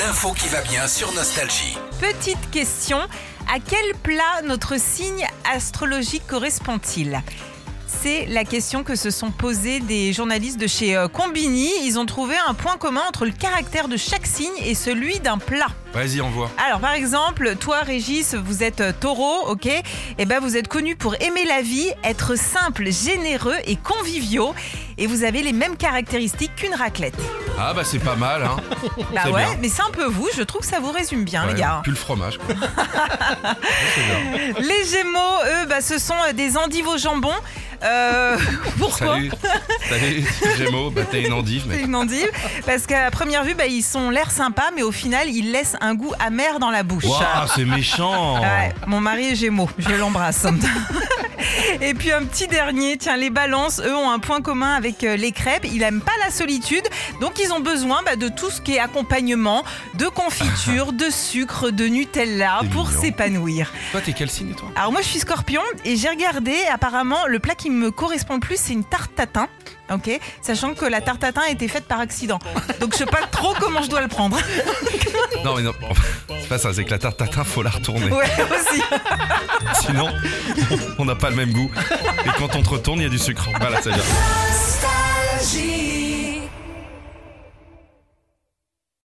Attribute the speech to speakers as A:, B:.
A: L'info qui va bien sur Nostalgie.
B: Petite question, à quel plat notre signe astrologique correspond-il c'est la question que se sont posées des journalistes de chez euh, Combini. Ils ont trouvé un point commun entre le caractère de chaque signe et celui d'un plat.
C: Vas-y, on voit.
B: Alors par exemple, toi Régis, vous êtes euh, taureau, ok Eh ben vous êtes connu pour aimer la vie, être simple, généreux et conviviaux. Et vous avez les mêmes caractéristiques qu'une raclette.
C: Ah bah c'est pas mal, hein.
B: Bah
C: C'est
B: ouais,
C: bien.
B: mais c'est un peu vous, je trouve que ça vous résume bien
C: Ouais,
B: les gars.
C: Plus le fromage. quoi. Ouais, c'est bien.
B: Les Gémeaux, eux, bah, ce sont euh, des endives au jambon. Euh, pourquoi
C: Salut, salut, Gémeaux, bah t'es une endive,
B: c'est
C: mec.
B: une endive Parce qu'à première vue, bah, ils sont l'air sympas, mais au final, ils laissent un goût amer dans la bouche.
C: Waouh, c'est méchant.
B: Ouais, mon mari est Gémeaux, je l'embrasse. Et puis un petit dernier, tiens, les balances, eux ont un point commun avec euh, les crêpes, ils n'aiment pas la solitude, donc ils ont besoin bah, de tout ce qui est accompagnement, de confiture, de sucre, de Nutella
C: C'est
B: pour
C: mignon.
B: s'épanouir.
C: Toi, t'es quel signe, toi
B: Alors moi je suis scorpion et j'ai regardé apparemment le plat qui me correspond le plus c'est une tarte tatin. Ok, sachant que la tarte tatin a été faite par accident. Donc je sais pas trop comment je dois le prendre.
C: Non, mais non, c'est pas ça, c'est que la tarte tatin, faut la retourner.
B: Ouais aussi.
C: Sinon, on n'a pas le même goût. Et quand on te retourne, il y a du sucre. Voilà, c'est bien.
D: Nostalgie.